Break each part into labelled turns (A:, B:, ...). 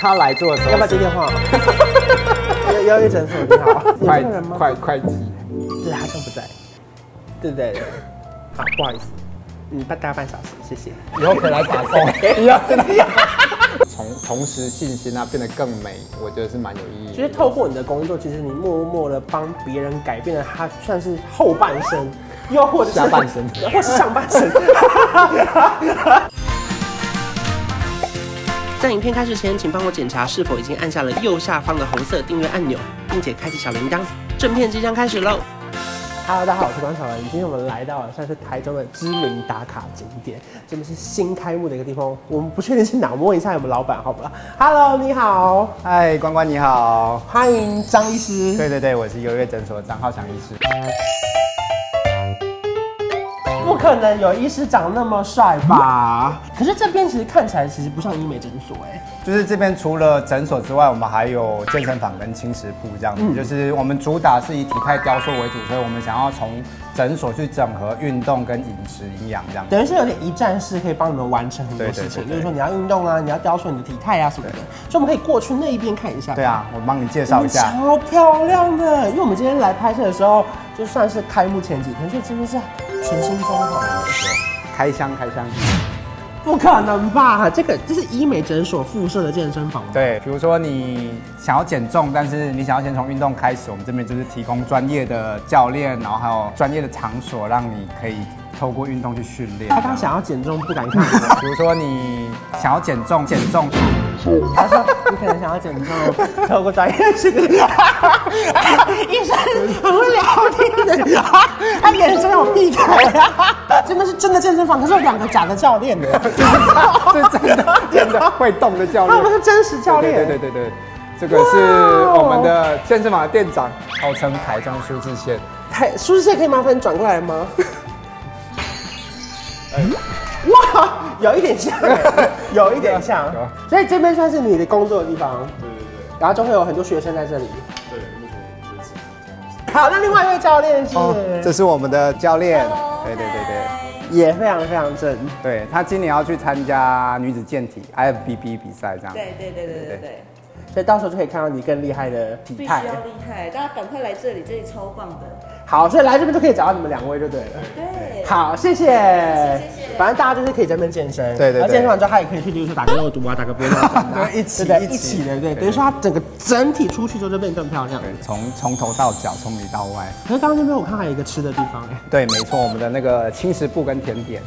A: 他来做的时
B: 要不
A: 候
B: 要接 电话？邀邀约诊所，你好，有
C: 快
B: 这个人吗？
C: 快快急，
B: 对，好像不在，对 不对？好，不好意思，嗯，半大概半小时，谢谢。
C: 以后可以来打
B: 哦
C: 工，以后真哎的要。从 重拾信心啊，变得更美，我觉得是蛮有意义的。
B: 就是透过你的工作，其实你默默的帮别人改变了他算是后半生，又或者是
C: 下半身
B: 或是上半身。 在影片开始前，请帮我检查是否已经按下了右下方的红色订阅按钮，并且开启小铃铛。正片即将开始喽！Hello，大家好，我是关晓雯。今天我们来到了算是台中的知名打卡景点，这边是新开幕的一个地方，我们不确定是哪，我们问一下我们老板好不好？Hello，你好，
C: 嗨，关关你好。
B: 欢迎张医师。
C: 对对对，我是优越诊所张浩翔医师。
B: 不可能有医师长那么帅吧？可是这边其实看起来其实不像医美诊所哎、
C: 就是这边除了诊所之外，我们还有健身房跟轻食部这样子。
B: 嗯
C: 就是我们主打是以体态雕塑为主，所以我们想要从诊所去整合运动跟饮食营养这样子。
B: 等于是有点一站式，可以帮你们完成很多
C: 对对
B: 事情，
C: 对对
B: 就是说你要运动啊，你要雕塑你的体态啊什么的，所以我们可以过去那一边看一下。
C: 对啊，我帮你介
B: 你
C: 绍一
B: 们
C: 下。
B: 超漂亮的，因为我们今天来拍摄的时候，就算是开幕前几天，所以这边是全新装潢的。
C: 开箱开箱。
B: 不可能吧？这个这是医美诊所附设的健身房吗？
C: 对，比如说你想要减重，但是你想要先从运动开始，我们这边就是提供专业的教练，然后还有专业的场所，让你可以透过运动去训练。
B: 他刚想要减重不敢看我，
C: 比如说你想要减重，减重，
B: 他说你可能想要减重，透过专业训练。医生很会聊天的，他眼神有避开。真的是真的健身房，可是有两个假的教练的，
C: 这是真的真的会动的教
B: 他们
C: 练
B: 是。真实教练。
C: 对对对对对，这个是我们的健身房的店长，号称台中舒志县。
B: 太舒适可以麻烦你转过来吗？哇，有一点像，有一点像
C: 有，
B: 所以这边算是你的工作的地方。对对对。然后就会有很多学生在这里。对，好，那另外一位教练是、
C: 哦这是我们的教练。对对对对。
B: 也非常非常正，
C: 对他今年要去参加女子健体 IFBB 比赛，这样。
D: 对对对对对对，
B: 所以到时候就可以看到你更厉害的体
D: 必须
B: 态。
D: 要厉害，大家赶快来这里，这里超棒的。
B: 好，所以来这边就可以找到你们两位就对了。
D: 对，
B: 好，谢谢。反正大家就是可以在那边健身，
C: 对对对
B: 然后健身完之后，他也可以去，例如说打个肉毒啊，打个波 浪针啊，
C: 对一起
B: 对不对
C: 一
B: 一
C: 起
B: 起的，
C: 对
B: 对。等于说他整个整体出去之后就变得更漂亮。
C: 对，从从头到脚，从里到外。
B: 可是刚刚那边我看还有一个吃的地方，哎，
C: 对，没错，我们的那个轻食部跟甜点，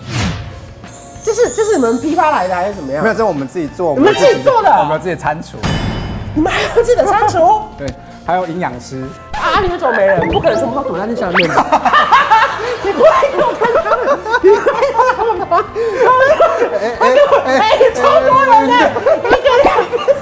B: 这是这是你们批发来的还是怎么样
C: 没？有，这我们自己做，我
B: 你们自己做的
C: 我们有自己的餐厨，
B: 你们还有自己的餐厨
C: 对，还有营养师，
B: 啊？你们怎么没人？不可能全部都躲在那上面吧？你不会给我看他们，你不会看他们吗？哎哎哎，超多人的，一个两个。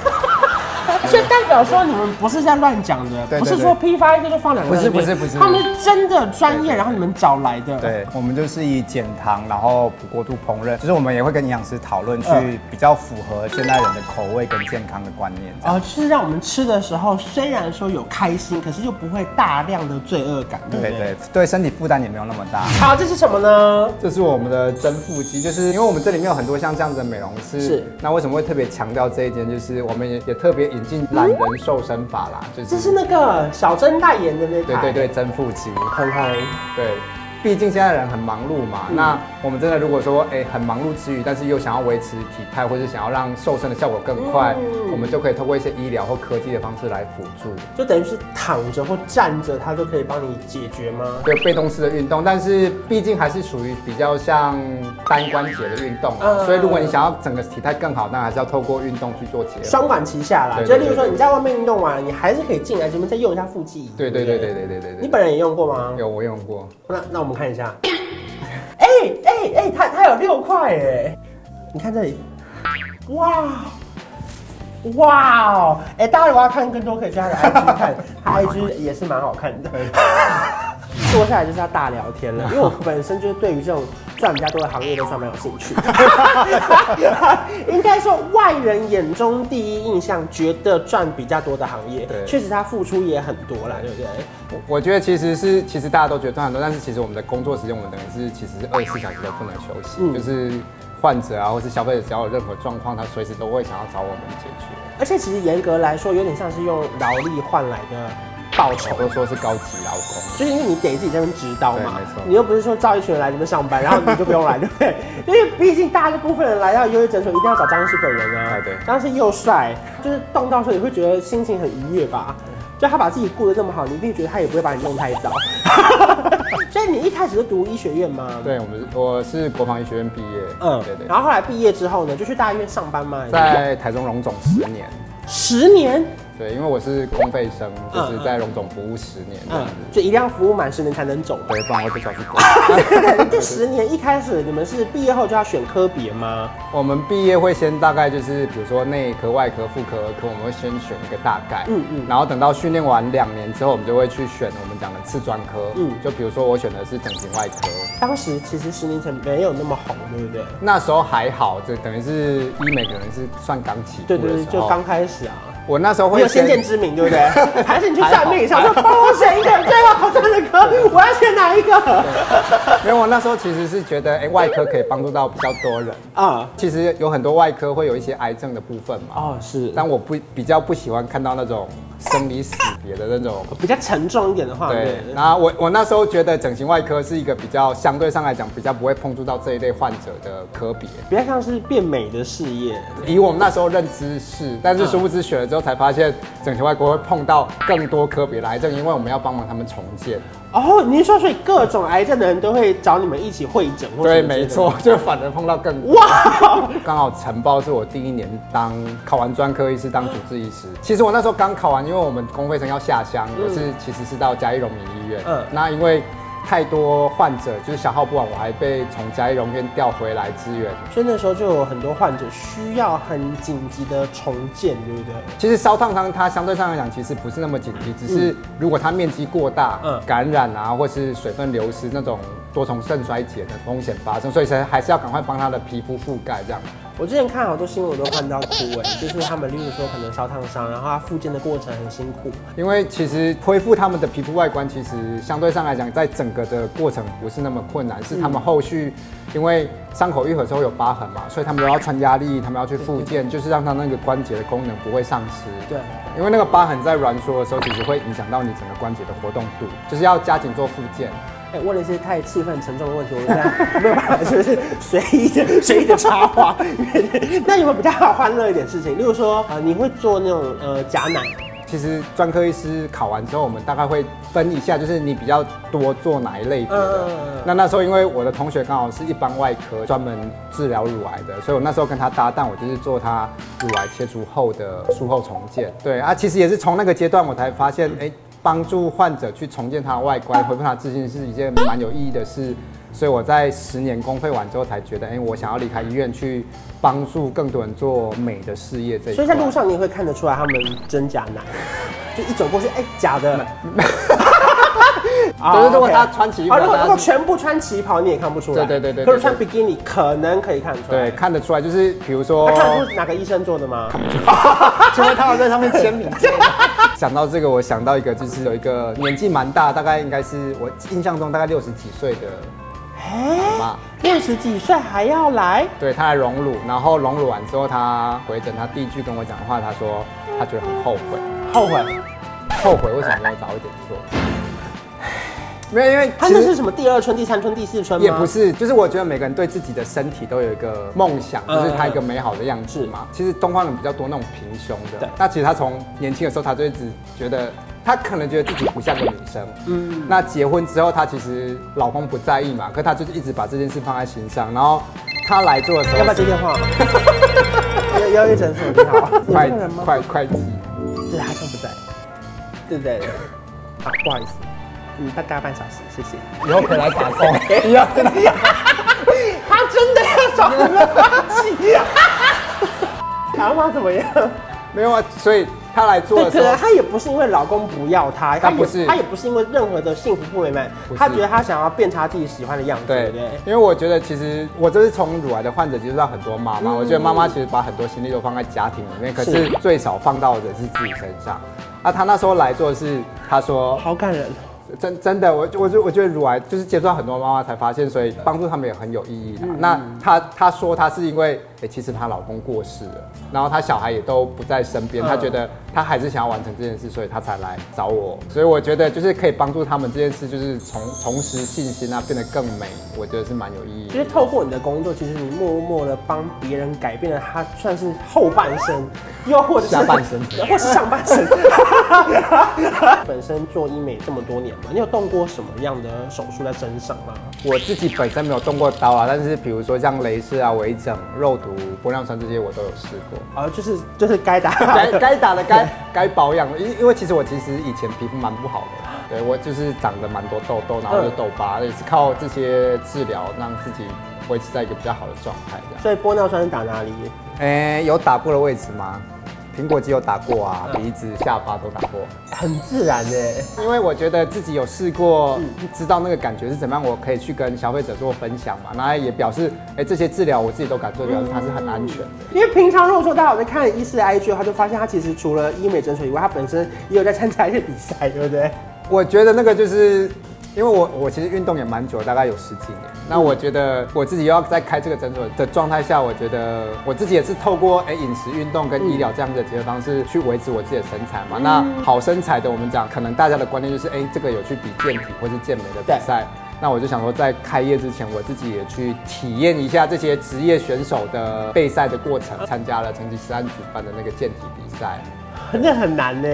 B: 所以代表说你们不是在乱讲的，
C: 对对对
B: 不是说批发一个就放两个，
C: 不是不是不是
B: 他们是真的专
C: 对
B: 业，
C: 对
B: 然后你们找来的。
C: 对，我们就是以减糖，然后不过度烹饪，就是我们也会跟营养师讨论，去
B: 嗯
C: 比较符合现代人的口味跟健康的观念。这样
B: 呃，就是让我们吃的时候，虽然说有开心，可是又不会大量的罪恶感，对不
C: 对
B: 对？
C: 对对，身体负担也没有那么大。
B: 好，这是什么呢？
C: 这是我们的增腹肌，就是因为我们这里面有很多像这样子的美容师。
B: 是
C: 那为什么会特别强调这一点？就是我们也也特别引进懒人瘦身法啦，就
B: 这
C: 是
B: 是那个小珍代言的那
C: 对
B: 台，
C: 对，对，增腹肌。
B: 很红。
C: 对，毕竟现在人很忙碌嘛，
B: 嗯
C: 那我们真的如果说哎、很忙碌之余，但是又想要维持体态，或是想要让瘦身的效果更快，
B: 嗯
C: 我们就可以透过一些医疗或科技的方式来辅助。
B: 就等于是躺着或站着，它都可以帮你解决吗？
C: 对被动式的运动，但是毕竟还是属于比较像单关节的运动啊，
B: 嗯
C: 所以如果你想要整个体态更好，那还是要透过运动去做结合。
B: 双管齐下啦，
C: 对
B: 就
C: 对对
B: 例如说你在外面运动完，你还是可以进来这边再用一下腹肌。
C: 对对对对对对对对，
B: 你本人也用过吗？
C: 有我用过，
B: 那那我们看一下。 哎哎哎，它它有六块哎，你看这里，哇哇哦！哎，大家如果要看更多，可以去他的 IG 看，他 IG 也是蛮好看 的。坐下来就是要大聊天了， 因为我本身就是对于这种赚比较多的行业都算蛮有兴趣。 应该说，外人眼中第一印象觉得赚比较多的行业
C: 对，
B: 确实他付出也很多啦，对不对？
C: 我我觉得其实是其实大家都觉得赚很多，但是其实我们的工作时间，我们等于是其实是二十四小时都不能休息，
B: 嗯
C: 就是。患者啊，或是消费者只要有任何状况，他随时都会想要找我们解决。
B: 而且其实严格来说，有点像是用劳力换来的报酬
C: 我。都说是高级劳工，
B: 就是因为你得自己在那边指导嘛，
C: 哦对没错
B: 你又不是说招一群人来这边上班，然后你就不用来， 对不对？因为毕竟大家部分人来到优越诊所，一定要找张医师本人啊。
C: 哎对
B: 张医师又帅，就是动到时候你会觉得心情很愉悦吧？就他把自己顾得这么好，你一定觉得他也不会把你弄太 早。所以你一开始就读医学院吗？。
C: 对我们是我是国防医学院毕业，
B: 嗯，
C: 对对
B: 然，后后来毕业之后呢，就去大医院上班嘛，
C: 在台中荣总十年，
B: 十年，
C: 对，因为我是公费生，就
B: 嗯
C: 是
B: 嗯
C: 在荣总服务十年这
B: 嗯
C: 样子，，
B: 就一定要服务满十年才能走嘛。
C: 对，不然会被抓去关。
B: 这十年一开始你们是毕业后就要选科别吗？
C: 我们毕业会先大概就是，比如说内科、外科、妇科、儿科，我们会先选一个大概，嗯
B: 嗯嗯
C: 嗯，然后等到训练完两年之后，我们就会去选我们讲的次专科，
B: 嗯
C: 嗯，就比如说我选的是整形外科，
B: 当时其实十年前没有那么红，对不对？
C: 那时候还好，就等于是医美可能是算刚起步
B: 对
C: 的
B: 对对，
C: 时候
B: 就刚开始啊。
C: 我那时候
B: 你
C: 会
B: 有先见之明，对不对？还是你去算命，想
C: 还
B: 说
C: 好
B: 帮我选一个最好赚的科，我要选哪一个？
C: 没有，我那时候其实是觉得，哎、外科可以帮助到比较多人。
B: 啊，
C: 其实有很多外科会有一些癌症的部分嘛，
B: 哦是，
C: 但我不比较不喜欢看到那种生离死别的那种。
B: 比较沉重一点的话，
C: 啊对
B: 对，，
C: 然后我我那时候觉得整形外科是一个比较相对上来讲比较不会碰触到这一类患者的科别。
B: 比较像是变美的事业。
C: 以我们那时候认知是，但是殊不知学了之后才发现，整形外科会碰到更多科别的癌症，因为我们要帮忙他们重建。
B: 哦，你是说所以各种癌症的人都会找你们一起会诊，或
C: 对，
B: 什么之类
C: 没
B: 的
C: 错。，就反而碰到更多。
B: 哇，
C: 刚好晨报是我第一年当考完专科医师，当主治医师。其实我那时候刚考完，因为我们公费生要下乡，我是其实是到嘉义荣民医院。
B: 嗯
C: 嗯，那因为太多患者就是消耗不完，我还被从嘉义荣院调回来支援。
B: 所以那时候就有很多患者需要很紧急的重建，对不对？
C: 其实烧烫伤它相对上来讲其实不是那么紧急，只是如果它面积过大，
B: 嗯
C: 感染啊或是水分流失那种多重肾衰竭的风险发生，所以才还是要赶快帮他的皮肤覆盖这样。
B: 我之前看好多新闻，我都看到哭哎、就是他们，例如说可能烧烫伤，然后他复健的过程很辛苦，
C: 因为其实恢复他们的皮肤外观，其实相对上来讲，在整个的过程不是那么困难，是他们后续因为伤口愈合之后有疤痕嘛，所以他们都要穿压力，他们要去复健，就是让他那个关节的功能不会丧失。
B: 对，
C: 因为那个疤痕在挛缩的时候，其实会影响到你整个关节的活动度，就是要加紧做复健。
B: 哎、问了一些太气愤沉重的问题，我现在没有办法，就是随意的随意的插话。那有没有比较欢乐一点事情？例如说，呃，你会做那种呃假奶，
C: 其实专科医师考完之后，我们大概会分一下，就是你比较多做哪一类别的。
B: 嗯
C: 那那时候因为我的同学刚好是一般外科专门治疗乳癌的，所以我那时候跟他搭档，我就是做他乳癌切除后的术后重建。对啊，其实也是从那个阶段我才发现，哎、帮助患者去重建他的外观，恢复他的自信是一件蛮有意义的事。所以我在十年公费完之后才觉得，哎、我想要离开医院去帮助更多人做美的事业这一块。
B: 所以在路上你也会看得出来他们真假奶，就一走过去，哎、假的。啊
C: 就是如果
B: OK
C: 他穿旗袍
B: 啊如果
C: 大家
B: 如果
C: 是
B: 全部穿旗袍，你也看不出来。
C: 对对对对
B: 可是
C: 对
B: 穿比基尼可能可以看出来。
C: 对，看得出来，就是比如说
B: 哦 那，看得出哪个医生做的吗？
C: 请问他有在上面签名？想到这个，我想到一个，就是有一个年纪蛮大，大概应该是我印象中大概六十几岁的
B: 哎
C: 阿妈，
B: 六十几岁还要来？
C: 对，她来荣乳，然后荣乳完之后，她回诊，她第一句跟我讲话，她说她觉得很后悔，
B: 后悔？
C: 后悔为什么没有早一点做？没有，因为
B: 他
C: 其
B: 那
C: 实
B: 是什么第二春、第三春、第四春吗？
C: 也不是，就是我觉得每个人对自己的身体都有一个梦想，
B: 嗯
C: 就是他一个美好的样子嘛。其实东方人比较多那种平胸
B: 对
C: 的，那其实他从年轻的时候，他就一直觉得。他可能觉得自己不像个女生，嗯，那结婚之后，她其实老公不在意嘛，可她就是一直把这件事放在心上，然后她来做的时候，
B: 要不要接电 话？要要一诊所你好，有
C: 快
B: 这个人吗？
C: 快快急，
B: 对，他现在不在，对不对？好，不好意思，嗯，大概半小时，谢 谢。
C: 以后可以来打工，以后可以来打工
B: 他真的要找你们发起 啊！想法怎么样？
C: 没有啊，所以她来做
B: 对，
C: 的时
B: 啊可能
C: 候，
B: 她也不是因为老公不要她，
C: 她
B: 她也
C: 不是
B: 她也不是因为任何的幸福不美满
C: 不，是
B: 她觉得她想要变成她自己喜欢的样子，对
C: 对
B: 不对？，
C: 因为我觉得其实我这是从乳癌的患者接触到很多妈妈，我觉得妈妈其实把很多心力都放在家庭里面，可是
B: 嗯是
C: 最少放到的是自己身上。啊，她那时候来做的是，她说
B: 好感人哦。
C: 真真的，我我就我觉得乳癌就是接触到很多妈妈才发现，所以帮助他们也很有意义的。
B: 嗯
C: 那她她说她是因为，哎、其实她老公过世了，然后她小孩也都不在身边，
B: 嗯
C: 她觉得她还是想要完成这件事，所以她才来找我。所以我觉得就是可以帮助他们这件事，就是重重拾信心啊，变得更美，我觉得是蛮有意义
B: 就是
C: 的。
B: 透过你的工作，其实你默默的帮别人改变了他算是后半 生，又或者是
C: 下半身
B: 或是上半身。本身做医美这么多年嘛，你有动过什么样的手术在身上吗？
C: 我自己本身没有动过刀啊，但是比如说像镭射啊、微整、肉毒、玻尿酸这些，我都有试过。
B: 啊，就是就是该打
C: 该该打的该该保养的，因因为其实我其实以前皮肤蛮不好的，对我就是长得蛮多痘痘，然后就痘疤，也是靠这些治疗让自己维持在一个比较好的状态这样。
B: 所以玻尿酸是打哪里？
C: 哎、有打过的位置吗？苹果肌有打过啊，鼻子、下巴都打过。
B: 很自然的、
C: 因为我觉得自己有试过，知道那个感觉是怎么样，我可以去跟消费者做分享嘛，然后也表示，哎、这些治疗我自己都敢做，表示它是很安全的。
B: 因为平常如果说大家有在看医师的 IG，的话就发现他其实除了医美诊所以外，他本身也有在参加一些比赛，对不对？
C: 我觉得那个就是。因为我我其实运动也蛮久，大概有十几年。那我觉得我自己又要在开这个诊所的状态下，我觉得我自己也是透过哎饮食、运动跟医疗这样子的结合方式去维持我自己的身材嘛。那好身材的，我们讲可能大家的观念就是哎这个有去比健体或是健美的比赛。那我就想说，在开业之前，我自己也去体验一下这些职业选手的备赛的过程，参加了成吉思汗举办的那个健体比赛。
B: 那很难呢、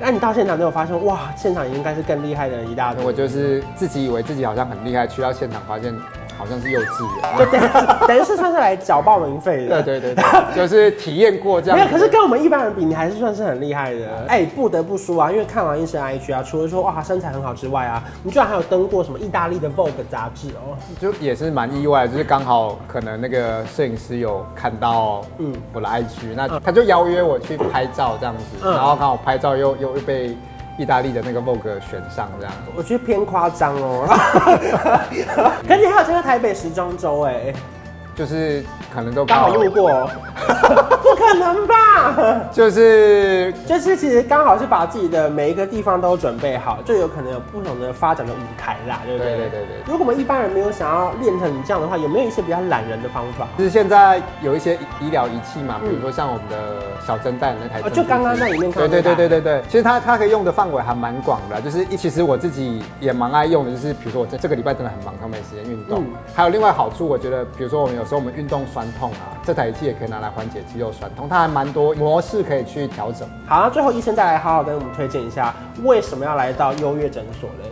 B: 那你到现场之后发现，哇，现场应该是更厉害的人一大堆。
C: 我就是自己以为自己好像很厉害，去到现场发现好像是幼稚园。
B: 对，等等于是算是来缴报名费的。
C: 对对对对，就是体验过这样
B: 没
C: 子。
B: 有，可是跟我们一般人比，你还是算是很厉害的。哎、不得不说啊，因为看完医生 IG 啊，除了说哇身材很好之外啊，你居然还有登过什么意大利的 Vogue 杂志哦。
C: 就也是蛮意外，就是刚好可能那个摄影师有看到
B: 嗯
C: 我的 IG，那他就邀约我去拍照这样子，
B: 嗯
C: 然后刚好拍照又又又被意大利的那个 Vogue 选上这样。
B: 我觉得偏夸张 哦。可是你还有参加台北时装周哎，
C: 就是可能都
B: 刚好路，过， 不可能吧？
C: 就是
B: 就是其实刚好是把自己的每一个地方都准备好，就有可能有不同的发展的舞台啦，对不对？
C: 对对对对
B: 如果我们一般人没有想要练成你这样的话，有没有一些比较懒人的方法？
C: 就是现在有一些医疗仪器嘛，比如说像我们的小针带那台
B: 嗯哦
C: 针，
B: 就刚刚在里面看到
C: 对对
B: 那台
C: 对对对对，其实它它可以用的范围还蛮广的，就是一其实我自己也蛮爱用的，就是比如说我这这个礼拜真的很忙，他没时间运动
B: 嗯。
C: 还有另外好处，我觉得比如说我们有时候我们运动酸痛啊，这台仪器也可以拿来缓解肌肉酸痛，它还蛮多模式可以去调整。
B: 好，那最后医生再来好好跟我们推荐一下，为什么要来到优越诊所嘞？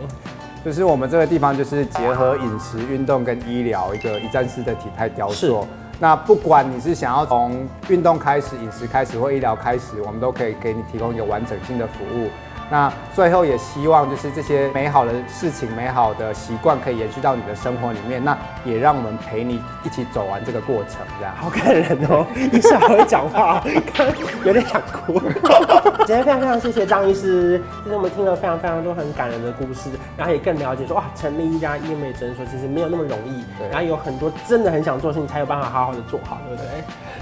C: 就是我们这个地方就是结合饮食、运动跟医疗一个一站式的体态雕
B: 是
C: 塑。那不管你是想要从运动开始、饮食开始或医疗开始，我们都可以给你提供一个完整性的服务。那最后也希望就是这些美好的事情、美好的习惯可以延续到你的生活里面，那也让我们陪你一起走完这个过程，这样。
B: 好感人哦，医生好会讲话，刚有点想 哭。今天非常非常谢谢张医师，就是我们听了非常非常多很感人的故事，然后也更了解说哇，成立一家医美诊所其实没有那么容易，
C: 对
B: 然后有很多真的很想做的事情才有办法好好的做好，对不对？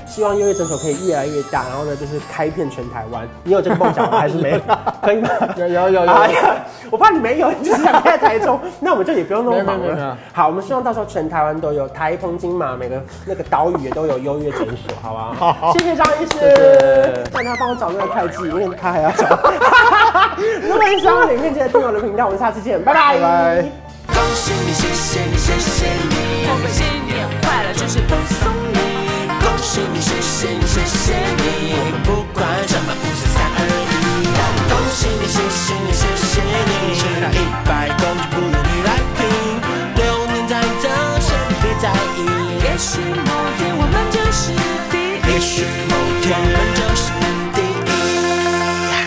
B: 希望优越诊所可以越来越大，然后呢就是开遍全台湾。你有这个梦想吗？还是没有？可以吗？
C: 有有有有
B: 哎呀，我怕你没有，你就是想在台中，那我们就也不用那么忙
C: 没有没有没有
B: 了。好，我们希望到时候全台湾都有台澎金马，每个那个岛屿也都有优越诊所，好不 好？
C: 好
B: 谢谢张医师
C: 谢，
B: 让他帮我找那个会计，因为他还要找。 如果你喜欢我的影片，记得订阅我的频道，我们下次见，拜
C: 拜拜
A: 恭喜你，谢谢你，谢谢你，我们新年快乐，这是恭送你。恭喜你，谢谢你，谢谢你，我们不管什么，不是三二一。恭喜你，谢谢你，谢谢你，吃到一百公斤不用你来拼，流年在等，谁别在意？也许某天